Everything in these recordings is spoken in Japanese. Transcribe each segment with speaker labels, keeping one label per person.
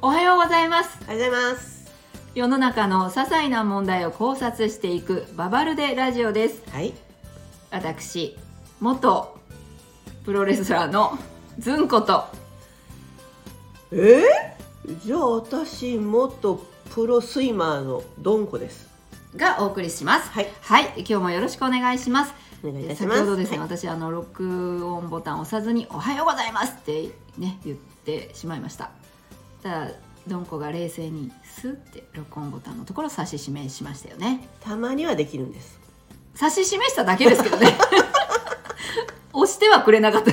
Speaker 1: おはようございます
Speaker 2: ありがとうございます
Speaker 1: 世の中の些細な問題を考察していくババルデラジオです
Speaker 2: はい
Speaker 1: 私元プロレスラーのズンコと
Speaker 2: えー、じゃあ私元プロスイマーのドンコです
Speaker 1: がお送りします
Speaker 2: はい
Speaker 1: はい今日もよろしくお願いします
Speaker 2: お願いいたし
Speaker 1: 先
Speaker 2: ます
Speaker 1: ほどですね、
Speaker 2: はい
Speaker 1: 私あの録音ボタンを押さずに「おはようございます」ってね言ってしまいましたただドンコが冷静にスッて録音ボタンのところを指し示しましたよね
Speaker 2: たまにはできるんです
Speaker 1: 指し示しただけですけ どね押してはくれなかった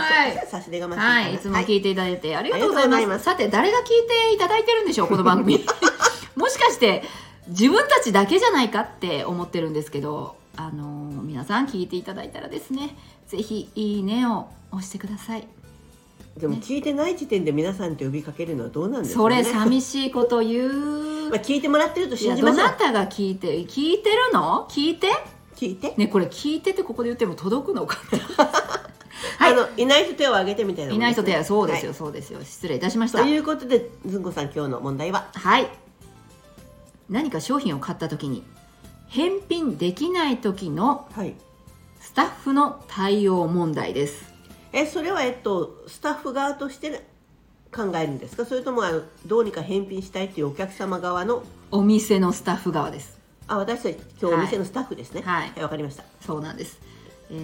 Speaker 1: はい
Speaker 2: 差し出がまし
Speaker 1: はい、いつも聞いていただいてありがとうございます。
Speaker 2: ありがとうございます
Speaker 1: さて、誰が聞いていただいてるんでしょう、この番 組。もしかして、自分たちだけじゃないかって思ってるんですけど、あのー皆さん聞いていただいたらですね、ぜひ、いいねを押してください。
Speaker 2: でも聞いてない時点で皆さんと呼びかけるのはどうなんですか
Speaker 1: そ
Speaker 2: ね
Speaker 1: れ、寂しいこと言う。
Speaker 2: まあ聞いてもらってると
Speaker 1: い
Speaker 2: 信
Speaker 1: や、
Speaker 2: じま
Speaker 1: ど
Speaker 2: しょう
Speaker 1: なたが聞いて、聞いてるの聞いて
Speaker 2: 聞いて、
Speaker 1: ね、これ聞いてってここで言っても届くのかなはい
Speaker 2: あのいない人手を挙げてみたいなも
Speaker 1: い
Speaker 2: ん
Speaker 1: な
Speaker 2: で
Speaker 1: い人
Speaker 2: すね、
Speaker 1: で、そうですよ、
Speaker 2: は
Speaker 1: そうですよ。失礼いたしまし
Speaker 2: い
Speaker 1: た
Speaker 2: と。いうことでずんこさん今日の問題は
Speaker 1: はい何か商品を買った時に返品できない時の
Speaker 2: はい
Speaker 1: スタッフの対応問題です
Speaker 2: えそれはえっとスタッフ側として考えるんですかそれともあのどうにか返品したいっていうお客様側の
Speaker 1: お店のスタッフ側です
Speaker 2: あ私たち今日お店のスタッフですね
Speaker 1: はい
Speaker 2: わかりました
Speaker 1: そうなんです、えー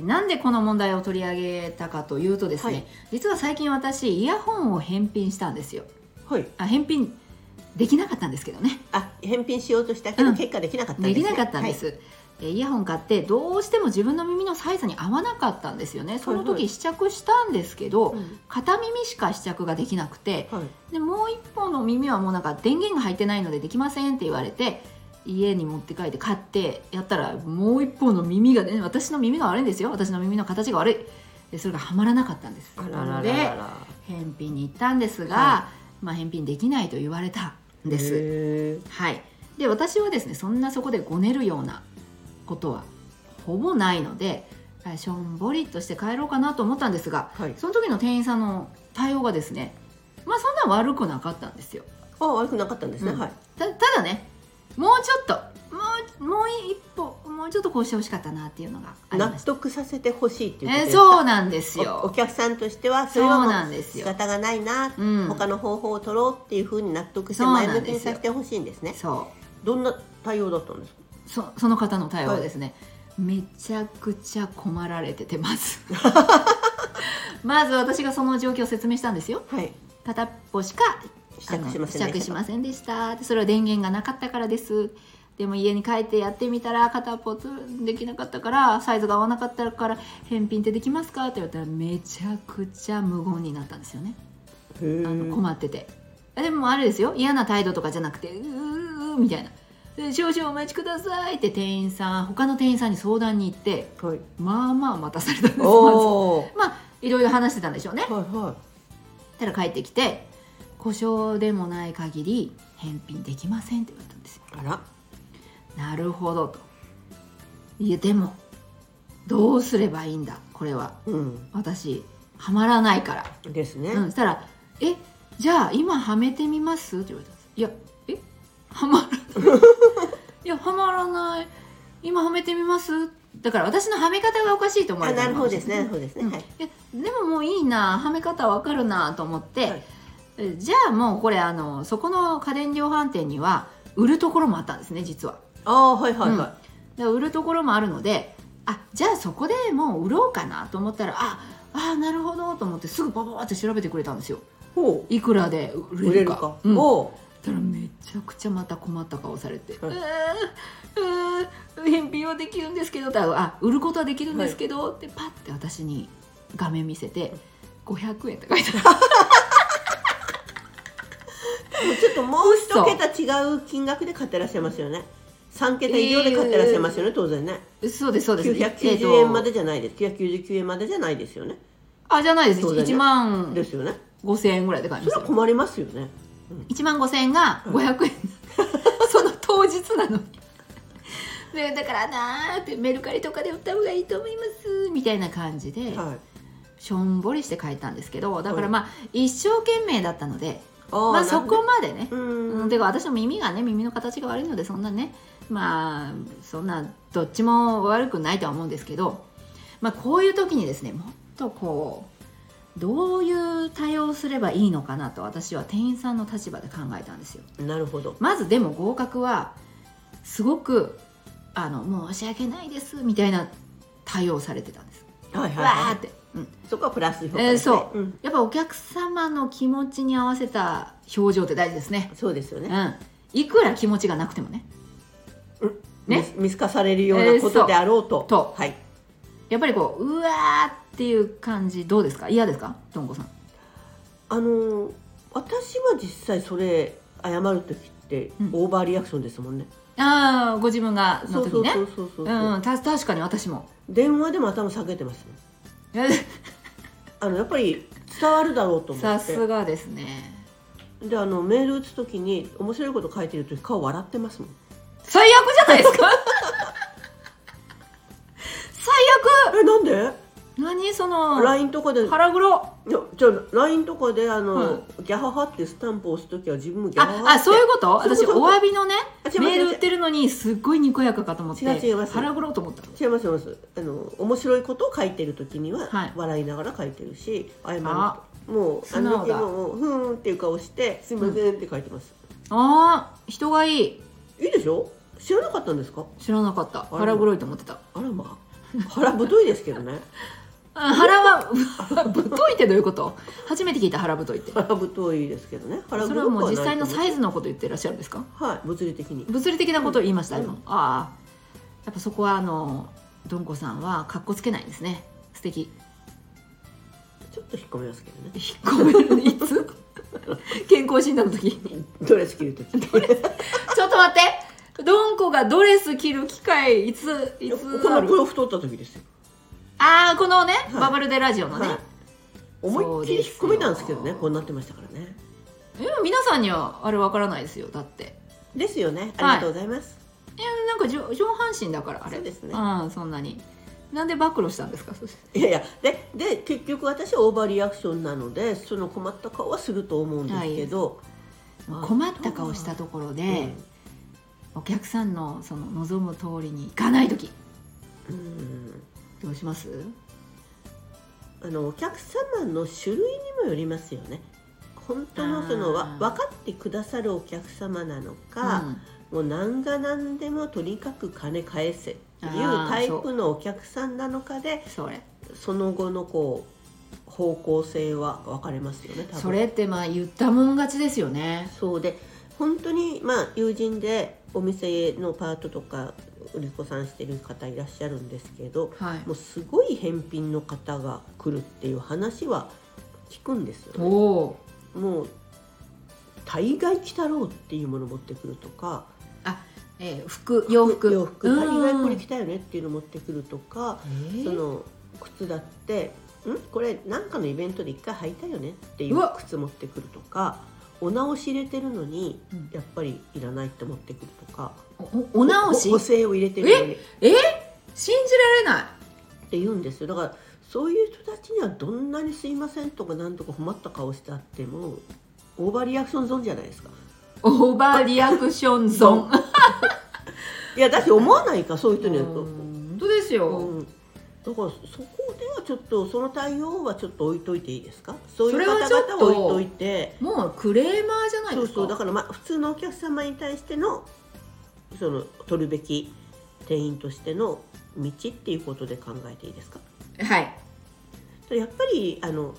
Speaker 1: なんでこの問題を取り上げたかというとですね、
Speaker 2: はい
Speaker 1: 実は最近私イヤホンを返品したんですよ
Speaker 2: はい
Speaker 1: あ返品できなかったんですけどね
Speaker 2: あ返品しようとしたけど、
Speaker 1: うん
Speaker 2: 結果できなかったん
Speaker 1: で
Speaker 2: です
Speaker 1: き
Speaker 2: ね
Speaker 1: なかったんです、えーイヤホン買ってどうしても自分の耳のサイズに合わなかったんですよねその
Speaker 2: はいは
Speaker 1: 時
Speaker 2: い
Speaker 1: 試着したんですけど、
Speaker 2: はい
Speaker 1: 片耳しか試着ができなくて
Speaker 2: はい
Speaker 1: でもう一方の耳はもうなんか電源が入ってないのでできませんって言われて家に持って帰って買ってやったらもう一方の耳がね私の耳が悪いんですよ私の耳の形が悪いでそれがはまらなかったんです
Speaker 2: あら
Speaker 1: な
Speaker 2: らら
Speaker 1: の
Speaker 2: ら
Speaker 1: で
Speaker 2: ら
Speaker 1: 返品に行ったんですが、
Speaker 2: は
Speaker 1: まあ、返品できないと言われたんです、
Speaker 2: へー
Speaker 1: はい、で私はですねそんなそこでごねるようなことはほぼないのであしょんぼりっとして帰ろうかなと思ったんですが
Speaker 2: はい
Speaker 1: その時の店員さんの対応がですねまあそんな悪くなかったんですよ
Speaker 2: あ悪くなかったんですね、
Speaker 1: うん
Speaker 2: はい
Speaker 1: たただねもうちょっともうもう一歩もうちょっとこうしてほしかったなっていうのがあり
Speaker 2: 納
Speaker 1: ました
Speaker 2: 得させてほしいっていうこと
Speaker 1: えー
Speaker 2: ですか
Speaker 1: そうなんです
Speaker 2: おお
Speaker 1: よ
Speaker 2: 客さんとしてはそ
Speaker 1: そう
Speaker 2: れはもう
Speaker 1: なんです
Speaker 2: 仕
Speaker 1: よ、
Speaker 2: 方がないな、
Speaker 1: うん、
Speaker 2: 他の方法を取ろうっていうふうに納得して
Speaker 1: そう
Speaker 2: 前
Speaker 1: な
Speaker 2: 向
Speaker 1: ん
Speaker 2: き
Speaker 1: で
Speaker 2: に
Speaker 1: すよ
Speaker 2: させてほしいんですね
Speaker 1: そう
Speaker 2: どんな対応だったんですか
Speaker 1: そその方の対応はですね、めちゃくちゃ困られててますまず私がその状況を説明したんですよ
Speaker 2: はい
Speaker 1: 片っぽしか
Speaker 2: 試
Speaker 1: あの
Speaker 2: 着しません
Speaker 1: 試着
Speaker 2: で
Speaker 1: し
Speaker 2: した
Speaker 1: ませんでしたでそれは電源がなかったからですでも家に帰ってやってみたら片っぽつできなかったからサイズが合わなかったから返品ってできますかって言われたらめちゃくちゃ無言になったんですよね
Speaker 2: へー
Speaker 1: あの困っててあでもあれですよ嫌な態度とかじゃなくてうーうーみたいなで少々お待ちくださいって店員さん他の店員さんに相談に行って
Speaker 2: はい
Speaker 1: まあまあ待たされたんですま
Speaker 2: お ー
Speaker 1: ずまあいろいろ話してたんでしょうね
Speaker 2: はいは
Speaker 1: たら帰ってきて故障でもない限り返品できませんって言われたんですよ
Speaker 2: いあら
Speaker 1: なるほどといやでもどうすればいいんだこれは
Speaker 2: うん
Speaker 1: 私はまらないから
Speaker 2: ですね、
Speaker 1: うん、そしたら「えじゃあ今はめてみます?」って言われたんです「いやえはまらないいやはまらない今はめてみます?」だから私のはめ方がおかしいと思わ
Speaker 2: あ
Speaker 1: れた
Speaker 2: な
Speaker 1: のかも
Speaker 2: るほど
Speaker 1: しれ
Speaker 2: ですねなるほどですね、
Speaker 1: うん
Speaker 2: はい
Speaker 1: いやでももういいなはめ方わかるなと思って、
Speaker 2: はい
Speaker 1: えじゃあもうこれあのそこの家電量販店には売るところもあったんですね実は。
Speaker 2: ああーはいはいはい、
Speaker 1: うんで売るところもあるのであじゃあそこでもう売ろうかなと思ったらああなるほどと思ってすぐパパパって調べてくれたんですよ
Speaker 2: ほ
Speaker 1: いくらで売
Speaker 2: う
Speaker 1: れるか
Speaker 2: 売れるか、
Speaker 1: うん、そ
Speaker 2: お
Speaker 1: したらめちゃくちゃまた困った顔されて「う
Speaker 2: はい
Speaker 1: ーうー返品はできるんですけど」ってあ売ることはできるんですけど」ってパッて私に画面見せて「500円」って書いてある
Speaker 2: うちょっともう一桁違う金額で買ってらっしゃいますよね三桁以上で買ってらっしゃいますよね当然ね
Speaker 1: そうですそうですえー
Speaker 2: 990
Speaker 1: と
Speaker 2: 円までじゃないです999円までじゃないですよね
Speaker 1: あじゃないです
Speaker 2: そうだよね
Speaker 1: 1万
Speaker 2: ですよね
Speaker 1: 5000円ぐらいで買い
Speaker 2: そ
Speaker 1: ま
Speaker 2: れ
Speaker 1: した
Speaker 2: は
Speaker 1: よ
Speaker 2: 困りますよね
Speaker 1: 1万5000円が500円、その当日なのにでだからなーってメルカリとかで売った方がいいと思いますみたいな感じで、
Speaker 2: は
Speaker 1: しょんぼりして書いたんですけどだか
Speaker 2: は
Speaker 1: ら
Speaker 2: い
Speaker 1: まあ一生懸命だったので、
Speaker 2: あ
Speaker 1: まあ、
Speaker 2: ーな
Speaker 1: そ
Speaker 2: るほど
Speaker 1: こまでね
Speaker 2: う
Speaker 1: うんん、てか私の耳がね耳の形が悪いのでそんなねまあそんなどっちも悪くないとは思うんですけど、まあ、こういう時にですねもっとこうどういう対応をすればいいのかなと私は店員さんの立場で考えたんですよ。
Speaker 2: なるほど
Speaker 1: まずでも合格はすごくあの申し訳ないですみたいな対応をされてたんです。
Speaker 2: はいはい、
Speaker 1: わー
Speaker 2: は
Speaker 1: って、うん、
Speaker 2: い、そこはプラス評価
Speaker 1: えー
Speaker 2: ですね
Speaker 1: そう
Speaker 2: うん、
Speaker 1: やっぱお客様の気持ちに合わせた表情って大事ですね。
Speaker 2: そうですよ
Speaker 1: う
Speaker 2: ね
Speaker 1: ん、いくら気持ちがなくてもねね
Speaker 2: 見す見透かされるようなこ
Speaker 1: えーそう
Speaker 2: とであろうと、
Speaker 1: と
Speaker 2: はい
Speaker 1: やっぱりこううわーっていう感じどうですか嫌ですかどんこさん
Speaker 2: あのー私は実際それ謝る時って
Speaker 1: うん
Speaker 2: オーバーリアクションですもんね、
Speaker 1: ああご自分がの
Speaker 2: そう
Speaker 1: 時
Speaker 2: そ
Speaker 1: ね
Speaker 2: うそうそうそう、
Speaker 1: うんた確かに私も
Speaker 2: 電話でも頭下げてますもんあのやっぱり伝わるだろうと 思
Speaker 1: さ
Speaker 2: って
Speaker 1: すがですね
Speaker 2: であのメール打つ時に面白いこと書いてる時顔笑ってますもん
Speaker 1: 最悪じゃないですか最悪
Speaker 2: えなんで
Speaker 1: 何その
Speaker 2: LINE とかでい
Speaker 1: 腹黒
Speaker 2: やじゃあ LINE とかであの、
Speaker 1: うん
Speaker 2: ギャハハってスタンプ押す時は自分もギャハハ
Speaker 1: あ
Speaker 2: って
Speaker 1: あそういうこと
Speaker 2: そうい
Speaker 1: 私
Speaker 2: うこと
Speaker 1: お詫びのね
Speaker 2: あ違います
Speaker 1: メール売ってるのにすっごいにこやかかと思って
Speaker 2: 違う違います
Speaker 1: 腹黒と思った
Speaker 2: 違います違いますあの面白いことを書いてる時には
Speaker 1: はい
Speaker 2: 笑いながら書いてるし、謝る
Speaker 1: あ
Speaker 2: もう
Speaker 1: 素直だ
Speaker 2: あの時ももうふーんっていう顔して「すいません」って書いてます、
Speaker 1: あー人がいい
Speaker 2: いいでしょ知らなかったんですか
Speaker 1: 知らなかった
Speaker 2: ら
Speaker 1: 腹黒いと思ってた
Speaker 2: あらまあ腹太いですけどね
Speaker 1: あ腹はぶっといてどういうこと初めて聞いた腹ぶといって
Speaker 2: 腹太いですけどね腹
Speaker 1: そ
Speaker 2: 太
Speaker 1: れ
Speaker 2: く
Speaker 1: はもう
Speaker 2: ない
Speaker 1: 実際の
Speaker 2: と思
Speaker 1: サイズのこと言ってらっしゃるんですか
Speaker 2: うはい物理的に
Speaker 1: 物理的なことを言いました、
Speaker 2: うん
Speaker 1: 今ああやっぱそこはあのどんこさんはかっこつけないんですね素敵
Speaker 2: ちょっと引っ込めますけどね
Speaker 1: 引っ込めるいつ 健康診断の時
Speaker 2: ドレス着る時
Speaker 1: ちょっと待ってどんこがドレス着る機会いついつ
Speaker 2: こ
Speaker 1: あ
Speaker 2: の
Speaker 1: る
Speaker 2: 頃太った時ですよ
Speaker 1: ああこのね、
Speaker 2: はい
Speaker 1: バブルでラジオのね、
Speaker 2: はい思いっきり引っ込めたんですけど
Speaker 1: そうですよ
Speaker 2: ねこうなってましたからね
Speaker 1: でも皆さんにはあれわからないですよだって
Speaker 2: ですよねありがとうございます、
Speaker 1: いやなんか上上半身だからあれ
Speaker 2: そうですね
Speaker 1: うんそんなになんで暴露したんですかそして
Speaker 2: いやいやでで結局私はオーバーリアクションなのでその困った顔はすると思うんですけど、まあ
Speaker 1: 困った顔したところで、
Speaker 2: う
Speaker 1: お客さんのその望む通りにいかない時
Speaker 2: んうん
Speaker 1: どうします
Speaker 2: あのお客様の種類にもよりますよね本当のその
Speaker 1: あ
Speaker 2: わ
Speaker 1: ー
Speaker 2: 分かってくださるお客様なのか、もう何が何でもとにかく金返せっていう
Speaker 1: あー
Speaker 2: タイプのお客さんなのかで
Speaker 1: うん、それ
Speaker 2: その後のこう方向性は分かれますよね多分
Speaker 1: それってまあ言ったもん勝ちですよね
Speaker 2: そうで本当にまあ友人でお店のパートとか売り子さんしてる方いらっしゃるんですけど
Speaker 1: はい
Speaker 2: もうすごい返品の方が来るっていう話は聞くんですよ、
Speaker 1: お
Speaker 2: ね、
Speaker 1: お
Speaker 2: もう大概来たろうっていうもの持ってくるとか
Speaker 1: ー、えー服洋服
Speaker 2: 洋服
Speaker 1: うん
Speaker 2: 大概これ来たよねっていうの持ってくるとか
Speaker 1: えー
Speaker 2: その靴だって「んこれなんかのイベントで一回履いたよね」っていうう
Speaker 1: わ
Speaker 2: 靴持ってくるとかお直し入れてるのに
Speaker 1: うん
Speaker 2: やっぱりいらないって持ってくるとか
Speaker 1: おお直し
Speaker 2: 補正を入れてるのにっ
Speaker 1: 信じられない
Speaker 2: て言うんですよだからそういう人たちにはどんなに「すいません」とかなんとか困った顔してあってもオーバーリアクションゾーンじゃないですか
Speaker 1: オーバーリアクションゾーン
Speaker 2: いやだって思わないかそういう人には
Speaker 1: 本当ですよ、
Speaker 2: うんだからそこではちょっとその対応はちょっと置いといていいですかそうい
Speaker 1: それ
Speaker 2: う
Speaker 1: はちょっ
Speaker 2: 方
Speaker 1: と
Speaker 2: 々を置いといて
Speaker 1: もうクレーマーじゃない
Speaker 2: そ
Speaker 1: で
Speaker 2: う
Speaker 1: すか
Speaker 2: そうだからまあ普通のお客様に対してのその取るべき店員としての道っていうことで考えていいですか
Speaker 1: はい
Speaker 2: やっぱりあの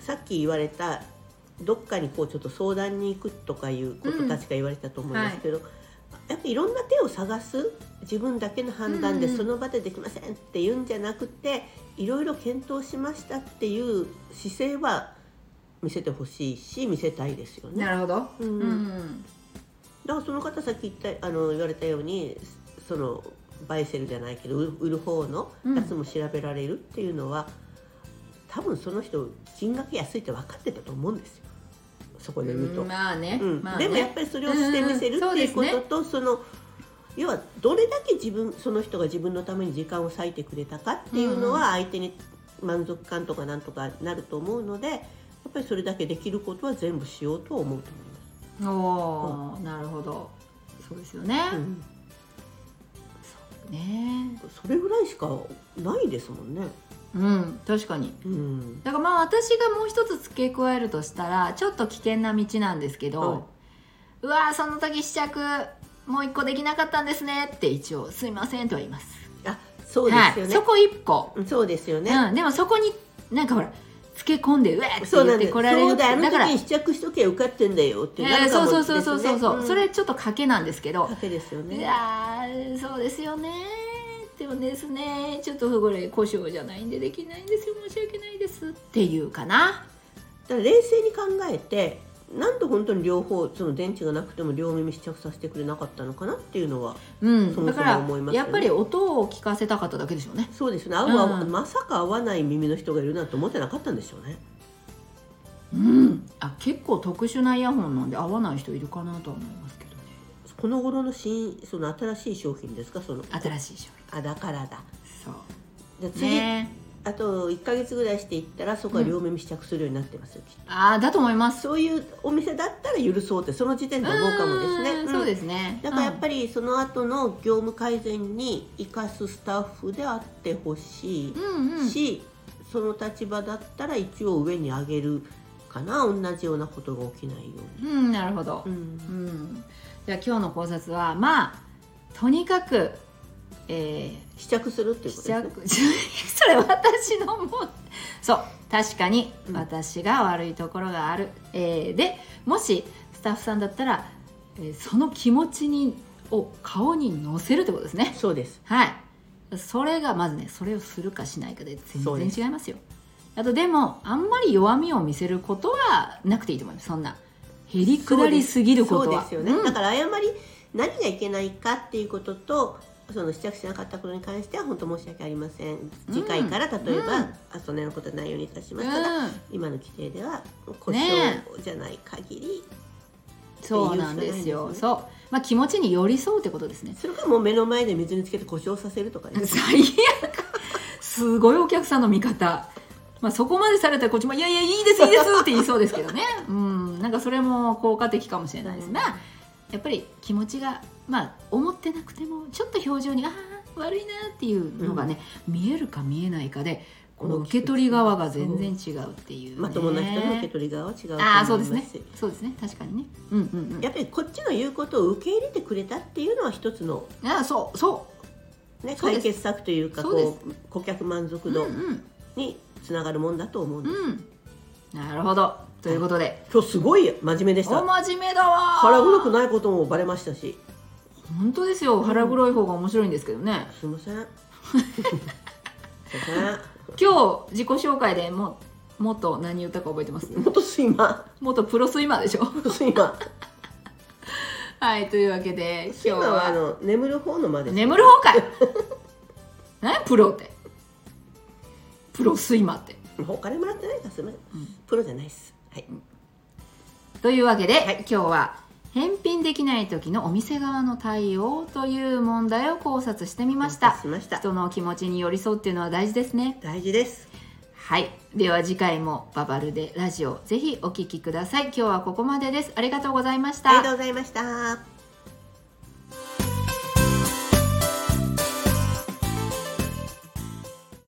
Speaker 2: さっき言われたどっかにこうちょっと相談に行くとかいうこと
Speaker 1: うん
Speaker 2: 確か言われたと思いますけど、やっぱりいろんな手を探す自分だけの判断で
Speaker 1: うんうん
Speaker 2: その場でできませんっていうんじゃなくていろいろ検討しましたっていう姿勢は見せてほしいし見せたいですよね。
Speaker 1: なるほど
Speaker 2: うん
Speaker 1: うん
Speaker 2: だからその方さっき言ったあの言われたようにそのバイセルじゃないけど売る売る方の
Speaker 1: うん
Speaker 2: やつも調べられるっていうのは、多分その人金額安いって分かってたと思うんですよそこで言うと、
Speaker 1: まあね,、
Speaker 2: うん
Speaker 1: まあね
Speaker 2: でもやっぱりそれをしてみせる
Speaker 1: うんうん
Speaker 2: っていうこ
Speaker 1: そ
Speaker 2: と
Speaker 1: う
Speaker 2: と、その要はどれだけ自分その人が自分のために時間を割いてくれたかっていうのは相手に満足感とかなんとかなると思うのでやっぱりそれだけできることは全部しようとは思うと思います。
Speaker 1: おお、なるほどそうですよね、
Speaker 2: うん
Speaker 1: ね
Speaker 2: それぐらいしかないですもんね。
Speaker 1: うん確かに
Speaker 2: うん。
Speaker 1: だからまあ私がもう一つ付け加えるとしたらちょっと危険な道なんですけど、
Speaker 2: はいう
Speaker 1: わーその時試着もう一個できなかったんですねって一応「すいません」とは言います
Speaker 2: あ、そうですよ
Speaker 1: はい、
Speaker 2: ね。
Speaker 1: そこ一個、
Speaker 2: うんそうですよね。
Speaker 1: うん、でもそこになんかほら付け込んで「うわ!」って
Speaker 2: そう
Speaker 1: 言
Speaker 2: な
Speaker 1: っ
Speaker 2: んで
Speaker 1: て
Speaker 2: す。
Speaker 1: こられ
Speaker 2: そ
Speaker 1: る
Speaker 2: うだ、あの
Speaker 1: から
Speaker 2: 時に試着しときゃ受かってんだよってな
Speaker 1: えー
Speaker 2: るか
Speaker 1: そう
Speaker 2: も
Speaker 1: そうそうそう
Speaker 2: です
Speaker 1: そう
Speaker 2: ね
Speaker 1: そう、
Speaker 2: ん
Speaker 1: それちょっと賭けなんですけど
Speaker 2: だけですよ
Speaker 1: い
Speaker 2: ね。
Speaker 1: やーそうですよねでもですねちょっとこれ故障じゃないんでできないんですよ申し訳ないですっていうかな
Speaker 2: だから冷静に考えてなんで本当に両方その電池がなくても両耳試着させてくれなかったのかなっていうのは
Speaker 1: うん
Speaker 2: そも
Speaker 1: だ
Speaker 2: そも
Speaker 1: から
Speaker 2: 思いますよ
Speaker 1: や
Speaker 2: ね
Speaker 1: っぱり音を聞かせたかっただけでしょうね
Speaker 2: そうですね合う合
Speaker 1: う
Speaker 2: う、
Speaker 1: ん
Speaker 2: まさか合わない耳の人がいるなんて思ってなかったんでしょうね
Speaker 1: うんあ結構特殊なイヤホンなんで合わない人いるかなとは思いますけどね
Speaker 2: この頃の新その新しい商品ですかその
Speaker 1: 新しい商
Speaker 2: あだからだ
Speaker 1: 品そ
Speaker 2: で
Speaker 1: う
Speaker 2: 次、
Speaker 1: ね
Speaker 2: あと1か月ぐらいしていったらそこは両耳試着するようになってますよ、きっと
Speaker 1: ああだと思います
Speaker 2: そういうお店だったら許そうってその時点で思うかもですね
Speaker 1: うーん
Speaker 2: うん
Speaker 1: そうですね
Speaker 2: だからやっぱ
Speaker 1: り
Speaker 2: りその後の業務改善に生かすスタッフであってほしい
Speaker 1: うんうん
Speaker 2: し、その立場だったら一応上に上げるかな同じようなことが起きないよ
Speaker 1: うんなるほど
Speaker 2: うに、
Speaker 1: うんじゃあ今日の考察はまあとにかくえー
Speaker 2: 試着するっていう
Speaker 1: 試
Speaker 2: ことですね
Speaker 1: 着それ私のもうそう確かに
Speaker 2: うん
Speaker 1: 私が悪いところがある、えーでもしスタッフさんだったら、えーその気持ちにを顔に乗せるってことですね
Speaker 2: そうです
Speaker 1: はいそれがまずねそれをするかしないかで
Speaker 2: そう
Speaker 1: 全
Speaker 2: です
Speaker 1: 然違いますよあとでもあんまり弱みを見せることはなくていいと思いますそんなへりくだりすぎることは
Speaker 2: そうですよね、
Speaker 1: うん
Speaker 2: だから誤り何がいけないかっていうこととその試着しなかったことに関しては本当申し訳ありません次回から例えば、
Speaker 1: うん
Speaker 2: あそんなようなことはないようにいたしましたが、
Speaker 1: うん
Speaker 2: 今の規定では故障
Speaker 1: ね
Speaker 2: じゃない限り、
Speaker 1: そうなんですよ。
Speaker 2: っていうしか
Speaker 1: そう、まあ、気持ちに寄り添うってことですね。
Speaker 2: それかもう目の前で水につけて故障させるとか ね
Speaker 1: 最悪。すごいお客さんの味方。まあ、そこまでされたらこっちも「いやいやいいですいいです」って言いそうですけど ねうんなんかそれも効果的かもしれないですね、まあやっぱり気持ちがまあ思ってなくてもちょっと表情に「ああ悪いな」っていうのがね、見えるか見えないかでこの受け取り側が全然違うっていう、ね、
Speaker 2: まともな人の受け取り側は違うと思い
Speaker 1: あ
Speaker 2: ま
Speaker 1: あ
Speaker 2: す
Speaker 1: そうですねそうですね確かにねうんうんうん
Speaker 2: やっぱりこっちの言うことを受け入れてくれたっていうのは一つの、
Speaker 1: ああそうそ
Speaker 2: ね、
Speaker 1: そうで
Speaker 2: 解
Speaker 1: す
Speaker 2: 決策というか
Speaker 1: そうです
Speaker 2: こう顧客満
Speaker 1: う、
Speaker 2: 足
Speaker 1: うんう
Speaker 2: 度
Speaker 1: ん、
Speaker 2: につながるもんだと思うんです、
Speaker 1: うん。なるほど。ということで、
Speaker 2: 今日すごい真面目でし
Speaker 1: お
Speaker 2: た
Speaker 1: 真面目だわー。
Speaker 2: 腹黒くないこともバレましたし
Speaker 1: 本当ですよ。腹黒い方が面白いんですけどね。
Speaker 2: すいませんすいませ
Speaker 1: 今日自己紹介でもうもっと何言ったか覚え てます。
Speaker 2: ん元スイマ
Speaker 1: 元プロスイマーでしょ。
Speaker 2: ースイマー
Speaker 1: はい。というわけで今
Speaker 2: ス
Speaker 1: 日
Speaker 2: イマーはあ
Speaker 1: は
Speaker 2: の眠る方の間です、
Speaker 1: 眠る方かい。 何やプロって。プロスイマーって。
Speaker 2: お金もらってないからすいません、
Speaker 1: うん
Speaker 2: プロじゃないですはい
Speaker 1: というわけで、
Speaker 2: はい
Speaker 1: 今日は返品できない時のお店側の対応という問題を考察してみました。
Speaker 2: しました
Speaker 1: 人の気持ちに寄り添うっていうのは大事ですね。
Speaker 2: 大事です
Speaker 1: はい。では次回もババルでラジオぜひお聞きください。今日はここまでです。ありがとうございました。
Speaker 2: ありがとうございました